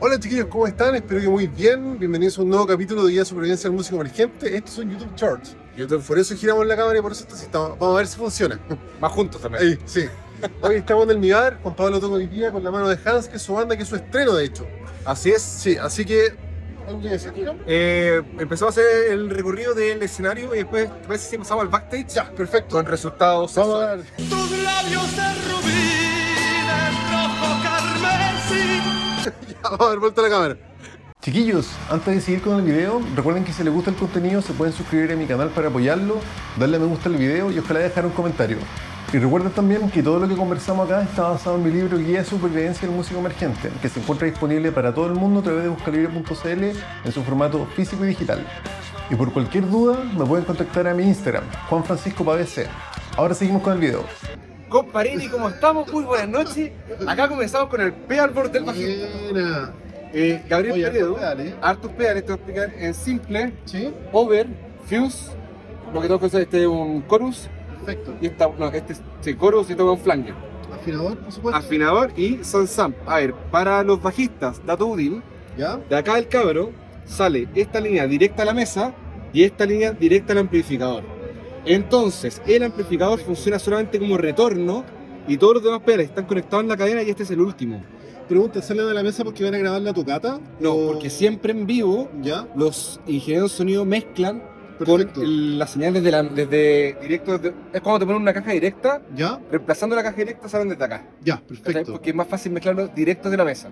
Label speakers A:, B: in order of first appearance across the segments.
A: Hola chiquillos, ¿cómo están? Espero que muy bien. Bienvenidos a un nuevo capítulo de Guía de Supervivencia del Músico Emergente. Esto es un YouTube Charts.
B: YouTube
A: Por eso giramos la cámara y por eso está así. Estamos- Vamos a ver si funciona.
B: más juntos también.
A: Ahí, sí. Hoy estamos en el Mibar, Juan Pablo Toco Vivía con la mano de Hans, que es su banda, que es su estreno de hecho.
B: Eh, Así es.
A: Sí, así que. ¿Algo que decir, Kiko?
B: Eh, empezamos a hacer el recorrido del escenario y después, ¿te parece si pasamos al backstage?
A: Ya, perfecto.
B: Con resultados.
A: Vamos a
B: sexuales.
A: ver.
C: Tus labios de rubí, de rojo carmesí.
A: Vamos a dar vuelta a la cámara. Chiquillos, antes de seguir con el video, recuerden que si les gusta el contenido se pueden suscribir a mi canal para apoyarlo, darle a me gusta al video y ojalá dejar un comentario. Y recuerden también que todo lo que conversamos acá está basado en mi libro Guía de Supervivencia del Músico Emergente, que se encuentra disponible para todo el mundo a través de buscalibre.cl en su formato físico y digital. Y por cualquier duda me pueden contactar a mi Instagram, juanfranciscopavc. Ahora seguimos con el video.
B: Comparini, ¿cómo estamos? Muy buenas noches. Acá comenzamos con el pedalboard del bajista. Eh, Gabriel
A: Oye,
B: Peredo,
A: hartos pedales.
B: hartos pedales, te voy a explicar en simple,
A: ¿Sí?
B: over, fuse, lo que tengo que hacer este es un chorus,
A: Perfecto.
B: y esta, no, este es sí, chorus y tengo un flanger.
A: Afinador, por supuesto.
B: Afinador y son sam. A ver, para los bajistas, dato útil,
A: ¿Ya?
B: De acá del cabro sale esta línea directa a la mesa y esta línea directa al amplificador. Entonces, el amplificador funciona solamente como retorno y todos los demás pedales están conectados en la cadena y este es el último.
A: Pregunta, ¿salen de la mesa porque van a grabar la tocata?
B: No, porque siempre en vivo
A: ¿Ya?
B: los ingenieros de sonido mezclan
A: Perfecto.
B: con el- las señales de la- desde directo. desde- es cuando te ponen una caja directa,
A: ¿Ya?
B: reemplazando la caja directa salen desde acá.
A: Ya,
B: ¿cachai?
A: perfecto.
B: Porque es más fácil mezclarlos directos de la mesa.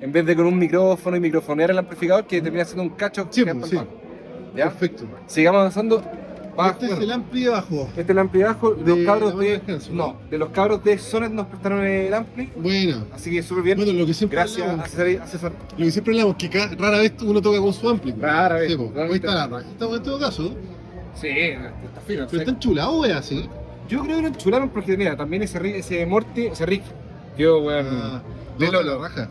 B: En vez de con un micrófono y microfonear el amplificador que termina siendo un cacho.
A: Mm. Sí,
B: que
A: pues,
B: es
A: sí.
B: pan, pan. ¿Ya?
A: Perfecto.
B: Sigamos avanzando. Va,
A: este es
B: Ah, bueno,
A: el ampli de abajo.
B: este es el ampli bajo. De los
A: de
B: cabros
A: la banda
B: de.
A: Hanson,
B: No, de los cabros de Sonet nos prestaron el ampli.
A: Bueno.
B: Así que súper bien.
A: Bueno, lo que siempre
B: Gracias a
A: hablamos,
B: César. a César.
A: lo que siempre hablamos, que ca- rara vez uno toca con su ampli. pues.
B: Rara vez,
A: Sí, po.
B: rara
A: Hoy
B: vez.
A: está la raja. Estamos en todo caso.
B: Sí, está fino.
A: Pero están chulados, wey, así.
B: Yo creo que lo enchularon porque, mira, también ese, Rick- ese Morty, ese Rick. Yo, weón.
A: Ah,
B: de
A: no,
B: Lolo.
A: la raja.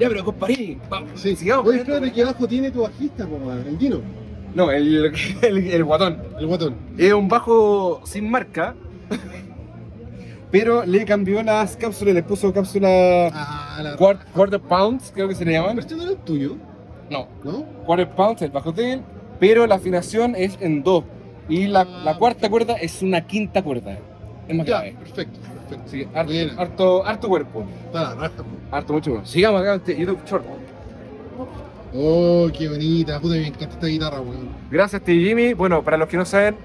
B: Ya, pero comparí. Vamos,
A: Sí.
B: sigamos.
A: Oye,
B: con esto,
A: espérate,
B: weón.
A: que abajo tiene tu bajista, po, weón, el Dino.
B: No, el, el, el guatón.
A: El guatón.
B: Es un bajo sin marca. Pero le cambió las cápsulas, le puso cápsula
A: Ah, la raja.
B: quar- quarter pounds, creo que se le
A: Pero
B: llaman.
A: este no era el tuyo,
B: No,
A: ¿no?
B: quarter pounds, el bajo de él, pero la afinación es en do. Y la,
A: Ah,
B: la cuarta cuerda es una quinta cuerda. Es más
A: Ya,
B: grave.
A: perfecto, perfecto.
B: Sí, harto,
A: Bien.
B: harto, harto cuerpo.
A: Está la raja, po.
B: Harto mucho cuerpo. Sigamos acá este YouTube Short.
A: Oh, qué bonita. Puta, me encanta esta guitarra, weón.
B: Gracias, tío Jimmy. Bueno, para los que no saben,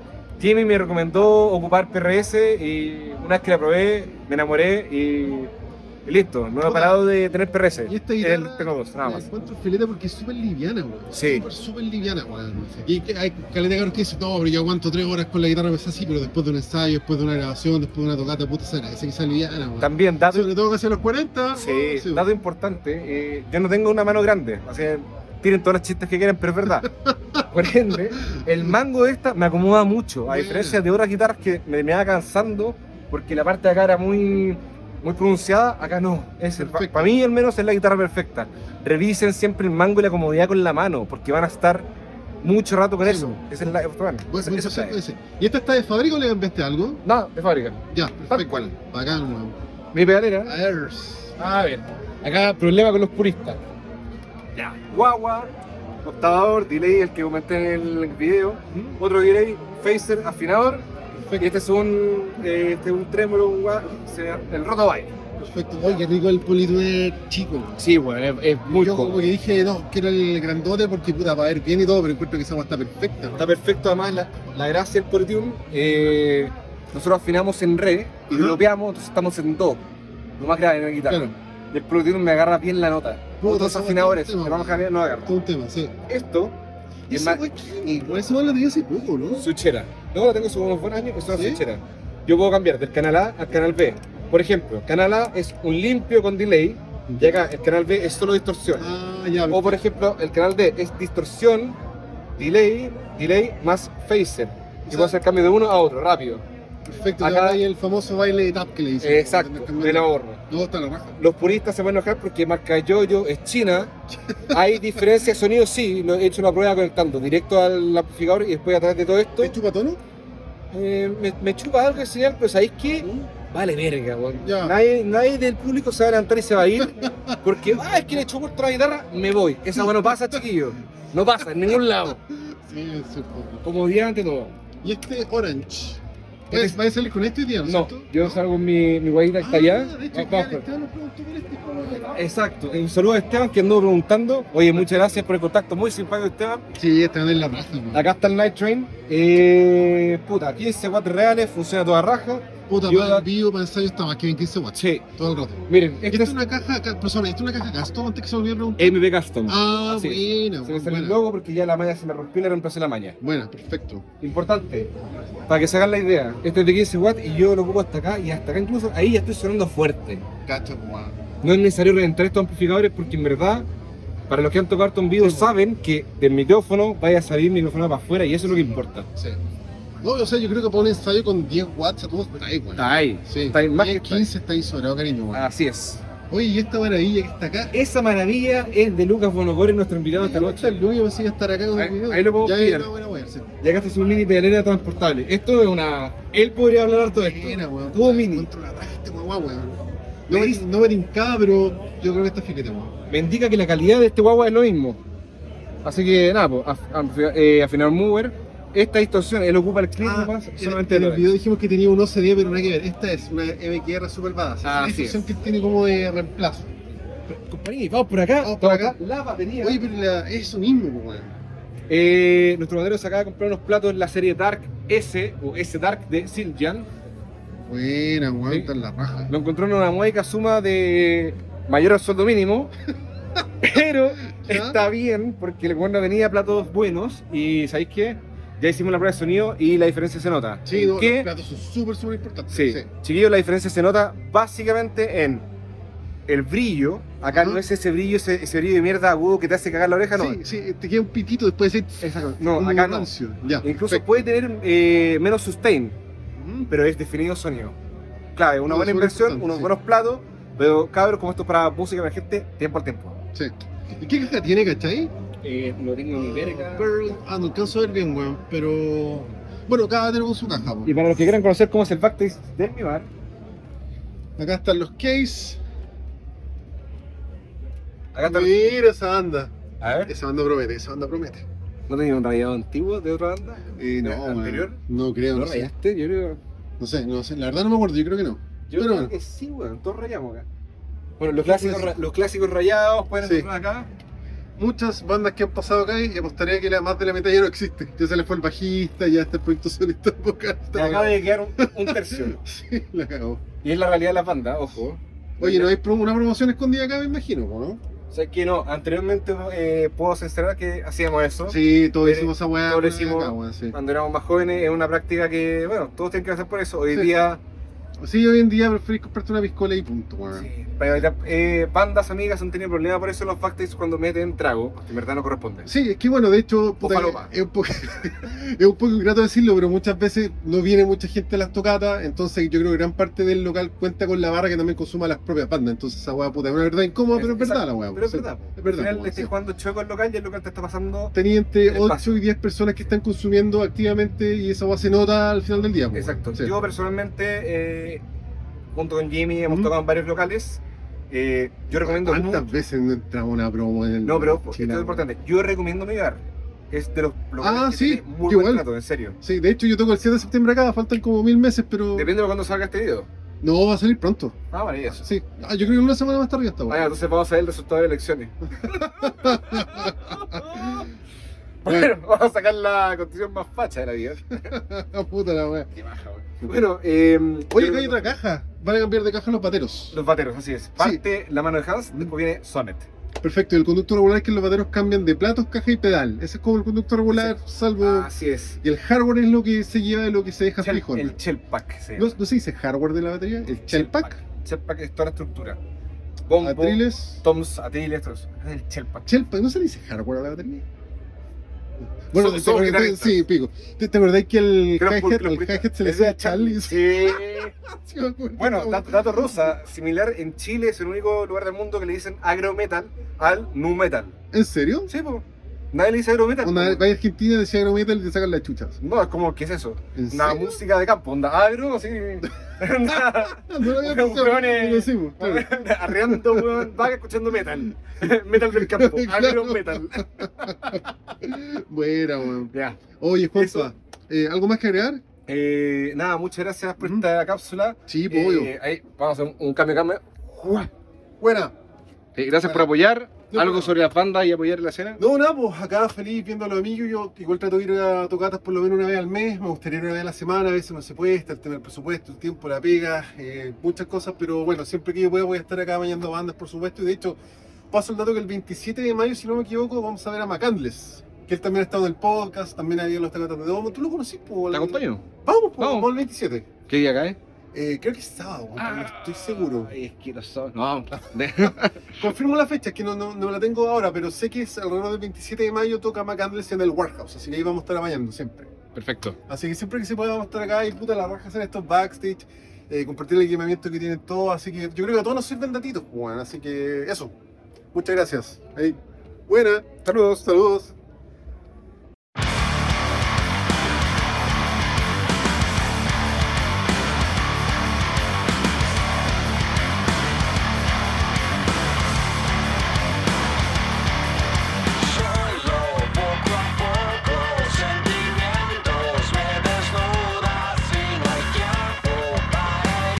B: Jimmy me recomendó ocupar PRS y una vez que la probé, me enamoré y, y listo. No he parado de tener PRS.
A: Y esta
B: El-
A: guitarra
B: tengo dos, nada
A: la
B: más.
A: encuentro fileta porque es súper liviana, weón.
B: Sí.
A: Súper, súper liviana, weón. Y que hay caleta de cabros que dice, no, pero yo aguanto tres horas con la guitarra pesada así, pero después de un ensayo, después de una grabación, después de una tocata, puta, se agradece que sea liviana, weón.
B: También, dato
A: Sobre todo casi a los 40.
B: Sí,
A: weón,
B: dato importante, eh, yo no tengo una mano grande, así que tiren todas las chistes que quieran, pero es verdad. Por ende, el mango de esta me acomoda mucho, a
A: Buena.
B: diferencia de otras guitarras que me, me va cansando, porque la parte de acá era muy, muy pronunciada, acá no. Es el-
A: Perfecto.
B: para mí al menos es la guitarra perfecta. Revisen siempre el mango y la comodidad con la mano, porque van a estar mucho rato con
A: Sí,
B: eso.
A: bueno.
B: Esa es la... bueno,
A: Buen-
B: esa-
A: buen
B: esa es la-
A: concepto ese. ¿Y esta está de fábrica o le cambiaste algo?
B: No, de fábrica.
A: Ya,
B: Tal
A: perfecto.
B: cual.
A: Bacán, weón.
B: Mi pedalera...
A: Airs.
B: A ver, acá problema con los puristas. Ya. Guagua, octavador, delay, el que comenté en el video. Otro delay, phaser, afinador. Y
A: Perfecto,
B: este es un, eh, este es un trémolo, un gua- se- el roto baile.
A: perfecto. Oye, qué rico el polituner chico, weón.
B: Sí, bueno, es, muy
A: Yo como que dije, no, quiero el grandote porque puta, va a ver bien y todo, pero encuentro que esa weá está perfecta. weón.
B: Está perfecto, además, la, la gracia del Portium. eh, nosotros afinamos en re y
A: Ajá.
B: dropeamos, entonces estamos en do. Lo más grave en la guitarra.
A: Claro.
B: Y el Portium me agarra bien la nota.
A: Puta,
B: Otros
A: esa weá
B: afinadores,
A: está un tema,
B: que vamos a cambiar, no agarran.
A: Todo un tema, sí.
B: Esto
A: ¿Y
B: es
A: esa
B: más,
A: weá qué? Por eso la tenía hace poco, ¿no?
B: Suchera. No, la tengo hace unos buenos años, que son
A: ¿Sí?
B: suchera. Yo puedo cambiar del canal A al canal B. Por ejemplo, canal A es un limpio con delay, y acá el canal B es solo distorsión.
A: Ah, ya.
B: O por ejemplo, el canal D es distorsión, delay, delay más phaser.
A: O
B: Y
A: sea-
B: puedo hacer cambio de uno a otro, rápido.
A: Perfecto,
B: acá-
A: acá hay el famoso baile de tap que le dicen.
B: Exacto, del ahorro.
A: No, está la raja.
B: Los puristas se van a enojar porque marca Yoyo es China. Hay diferencias de sonido, sí. Lo he hecho una prueba conectando directo al amplificador y después a través de todo esto.
A: ¿Es chupatono?
B: Eh, me, me chupa algo el señal, pero ¿sabéis qué? Vale, verga, weón.
D: Ya.
B: Nadie, nadie del público se va a levantar y se va a ir. Porque, ah, es que le echó por la guitarra, me voy. Esa weón no pasa, chiquillo. No pasa, en ningún lado.
D: Sí, es cierto.
B: Como día ante todo.
D: Y este Orange.
B: Este-
D: ¿Vas a salir con este hoy día?
B: No,
D: es cierto?
B: yo salgo con mi, mi guayita que está allá.
D: Ah, de hecho,
B: Ah,
D: acá
B: bajo.
D: Esteban nos preguntó por este programa.
B: Exacto, un saludo a Esteban que anduvo preguntando. Oye, muchas gracias por el contacto, muy simpático Esteban.
D: Sí, Esteban en la raja, man.
B: Acá está el Night Train. Eh, puta, 15 watts reales, funciona toda raja.
D: Puta,
B: Yo-
D: para el vivo, para ensayo está más que 25 watts.
B: Sí,
D: Todo el rato.
B: miren,
D: Esta
B: este
D: es
B: es
D: una caja, ca- persona, esta es una caja gastón antes que se volviera a preguntar.
B: MP Custom.
D: Ah,
B: Así
D: buena,
B: se me salió el
D: buena.
B: logo porque ya la malla se me rompió y la reemplacé la malla.
D: Buena, perfecto.
B: Importante, para que se hagan la idea, este es de 15 watts y yo lo ocupo hasta acá y hasta acá incluso ahí ya estoy sonando fuerte.
D: Cacha, ah, weón.
B: No es necesario reventar estos amplificadores porque en verdad, para los que han tocado harto en vivo, saben que del micrófono vaya a salir micrófono para afuera y eso es lo que importa.
D: Sí. No, o sea, yo creo que para un ensayo con 10 watts a todos está ahí, weón.
B: Está ahí.
D: Sí,
B: Está ahí, más que
D: 10,
B: está Ah. ahí.
D: 15 está ahí sobrado, cariño, weón.
B: Así es.
D: Oye, y esta maravilla que está acá.
B: Esa maravilla es de Lucas Bonogore, nuestro invitado esta
D: Esta
B: noche.
D: el único que sigue a estar acá con
B: Ahí-
D: el video.
B: ahí lo puedo
D: ya
B: pillar.
D: Ya, buena, weón. Sí.
B: Y acá está su mini pedalera transportable. Esto es una... Él podría hablar todo
D: Buena,
B: esto.
D: weón.
B: Todo mini.
D: Contra la raja, este weón, weón.
B: Me
D: No me,
B: dice-
D: no me tincaba, pero yo creo que está filete, weón.
B: Me indica que la calidad de este guagua es lo mismo. Así que nada, pues, af- af- eh, afinar un mover. Esta distorsión, él ocupa el clip
D: Ah,
B: nomás,
D: en-
B: solamente
D: en
B: lo
D: el
B: ve.
D: video dijimos que tenía un OCD, pero nada que ver. Esta es una MQR super badass.
B: Ah, así
D: es una
B: es.
D: estación que tiene como de reemplazo.
B: Compañía, vamos por acá.
D: Vamos por acá.
B: La batería.
D: Oye, pero la, es eso mismo, po, weón.
B: Eh, nuestro modelo se acaba de comprar unos platos en la serie Dark S o S Dark de Siljan.
D: Buena, weón,
B: Sí.
D: está en la raja.
B: Lo encontró en una módica suma de mayor al sueldo mínimo. Pero
D: Ya.
B: está bien porque el gobierno tenía platos buenos y ¿sabéis qué? Ya hicimos la prueba de sonido y la diferencia se nota.
D: Sí,
B: ¿En
D: no,
B: qué?
D: los platos son súper, súper importantes.
B: Sí.
D: sí.
B: Chiquillos, la diferencia se nota básicamente en el brillo. Acá
D: Ajá.
B: no es ese brillo, ese, ese brillo de mierda agudo que te hace cagar la oreja, no.
D: Sí, sí, te queda un pitito después de decir.
B: Exacto. No, acá no.
D: Ya,
B: Incluso
D: perfecto.
B: puede tener eh, menos sustain,
D: Mm,
B: pero es definido sonido. Clave, una
D: No,
B: buena
D: súper
B: inversión,
D: importante,
B: unos
D: sí.
B: buenos platos, pero cabros, como esto es para música para gente, tiempo al tiempo.
D: Sí. ¿Y qué caja tiene, cachai?
B: Eh, no tengo
D: Pearl- Ah, no alcanzo a ver bien, weón, pero. Bueno, cada tener con su caja, po.
B: Y para los que quieran conocer cómo es el backstage de mi bar,
D: Acá están los case.
B: acá está.
D: Mira esa banda.
B: A ver,
D: Esa banda promete, esa banda promete.
B: ¿no tenía un rayado antiguo de otra banda?
D: Eh, no,
B: ¿El anterior?
D: weón. No creo,
B: ¿Lo
D: no sé.
B: rayaste? Este, Yo creo.
D: No sé, no sé. La verdad no me acuerdo, yo creo que no.
B: Yo
D: Pero
B: creo
D: bueno.
B: que sí, weón, todos rayamos acá. Bueno, los clásicos, ra- los clásicos rayados pueden
D: Sí.
B: encontrar acá.
D: Muchas bandas que han pasado acá y apostaría que la, más de la mitad ya no existe. Ya se le fue el bajista, ya está el proyecto solista vocalista.
B: Te acaba de quedar un, un tercio.
D: Sí, la cagó.
B: y es la realidad de las bandas, ojo.
D: Oye, ¿no hay pro- una promoción escondida acá, me imagino, po,
B: O sea, que no, anteriormente eh, puedo sincerar que hacíamos eso.
D: ¿no? Sí, todos
B: Pero-
D: hicimos esa weá.
B: todos lo
D: acá,
B: hicimos.
D: weón, sí.
B: Cuando éramos más jóvenes, es una práctica que, bueno, todos tienen que hacer por eso. Hoy
D: Sí.
B: día,
D: Sí, hoy en día preferís comprarte una piscola y punto, weón.
B: sí, para evitar- eh, bandas amigas han tenido problemas por eso en los backstage cuando meten trago, que en verdad no corresponde.
D: Sí, es que bueno, de hecho, puta,
B: paloma.
D: es, un poco, es un poco ingrato decirlo, pero muchas veces no viene mucha gente a las tocatas, entonces yo creo que gran parte del local cuenta con la barra que también consuma las propias bandas, entonces esa weá puta es una verdad incómoda, pero es verdad la weá.
B: Pero es
D: sí.
B: verdad.
D: es verdad,
B: Al final este
D: po,
B: le estás
D: sí.
B: jugando chueco al local y el local te está pasando.
D: Tenía
B: El
D: entre
B: espacio.
D: 8 y 10 personas que están consumiendo activamente y esa weá se nota al final del día. po, weón.
B: Exacto.
D: Sí.
B: Yo personalmente, eh, junto con Jimmy, hemos
D: Ujú.
B: tocado en varios locales. Eh, yo recomiendo.
D: ¿Cuántas
B: mu-
D: veces no entramos una promo en el
B: No, pero esto
D: Chile,
B: es
D: weón?
B: importante. Yo recomiendo mi bar. Es de los locales
D: Ah,
B: que
D: sí,
B: tiene muy
D: qué
B: buen
D: bueno.
B: trato, en serio.
D: Sí, de hecho yo toco el 7 de septiembre acá, faltan como mil meses, pero
B: Depende de cuándo salga este video.
D: no va a salir pronto.
B: Ah, vale, eso.
D: Sí, ah, yo creo que una semana más tarde ya está.
B: Ah,
D: weón.
B: ya, entonces vamos a ver el resultado de las elecciones. bueno, vamos a sacar la constitución más facha de la vida.
D: Ah, puta la wea.
B: Qué baja, güey. Bueno, eh, yo
D: Oye, acá hay
B: creo
D: otra caja. Van a cambiar de caja los bateros.
B: que- Los bateros, así es. Parte la mano de Hans, después viene Sonnet.
D: Perfecto, y el conducto regular es que los bateros cambian de platos, caja y pedal. Ese es como el conducto regular, salvo.
B: Así es.
D: Y el hardware es lo que se lleva de lo que se deja
B: Ah. Chel-
D: frijol.
B: el Shell Pack. se
D: ¿No,
B: llama.
D: no se dice hardware de la batería? El shell pack,
B: Shell Pack es toda la estructura. Bombo,
D: atriles.
B: toms, atriles, todo eso. Es el Shell Pack.
D: Shell pack, ¿no se dice hardware a la batería? Bueno,
B: Son-
D: te-
B: son
D: te-
B: guitarristas.
D: sí, pico. ¿Te, te acordás que el
B: Creo que-
D: hi-hat
B: creo
D: el
B: que-
D: hi-hat se le
B: es de
D: decía Charlie?
B: Sí.
D: Sí, me acuerdo.
B: Bueno, dato, dato rosa, similar en Chile es el único lugar del mundo que le dicen agro metal al nu metal.
D: ¿En serio?
B: Sí, po. Nadie le dice agrometal.
D: Una
B: po.
D: vaya a Argentina decía agro metal y te sacan las chuchas.
B: No, es como, ¿qué es eso?
D: ¿En
B: Una
D: serio?
B: música de campo, onda agro, así. onda-
D: Ah, No lo había
B: Weón,
D: pensado.
B: weones-
D: pero sí, pues, claro.
B: Arreando, weón, vaga escuchando metal. metal del campo,
D: Claro.
B: agro metal.
D: Buena, weón.
B: Ya.
D: Oye, Juanpa,
B: Eso.
D: eh, ¿algo más que agregar?
B: Eh, nada, muchas gracias por
D: Ujú.
B: esta cápsula.
D: Sí, pues, obvio.
B: Eh, ahí, vamos a hacer un cambio, cambio.
D: Buena.
B: Eh, gracias por apoyar.
D: No,
B: Algo
D: no.
B: sobre las bandas y apoyar la escena.
D: No, nada, pues acá feliz viendo a los amigos. Yo igual trato de ir a tocatas por lo menos una vez al mes. Me gustaría ir una vez a la semana. A veces no se puede. Está el tema del presupuesto, el tiempo, la pega, eh, muchas cosas. Pero bueno, siempre que yo pueda voy a estar acá bañando bandas, por supuesto. Y de hecho, paso el dato que el 27 de mayo, si no me equivoco, vamos a ver a Macandles. Que él también ha estado en el podcast, también ha ido a las tocatas de Domo. ¿Tú lo conocí? Pues,
B: ¿Te acompaño?
D: Vamos, pues,
B: Vamos. Ah.
D: vamos el 27.
B: ¿Qué día cae?
D: Eh, creo que es sábado, no estoy seguro.
B: Ay, es que lo sabes. No, de-
D: Confirmo la fecha, es que no, no, no la tengo ahora, pero sé que es alrededor del 27 de mayo toca McCandles en el Warehouse, así que ahí vamos a estar apañando siempre.
B: Perfecto.
D: Así que siempre que se pueda vamos a estar acá y puta la raja hacer estos backstage, eh, compartir el equipamiento que tienen todos, así que yo creo que a todos nos sirven pues, datitos, Juan, así que eso. Muchas gracias. Ahí. Buena. Saludos. Saludos.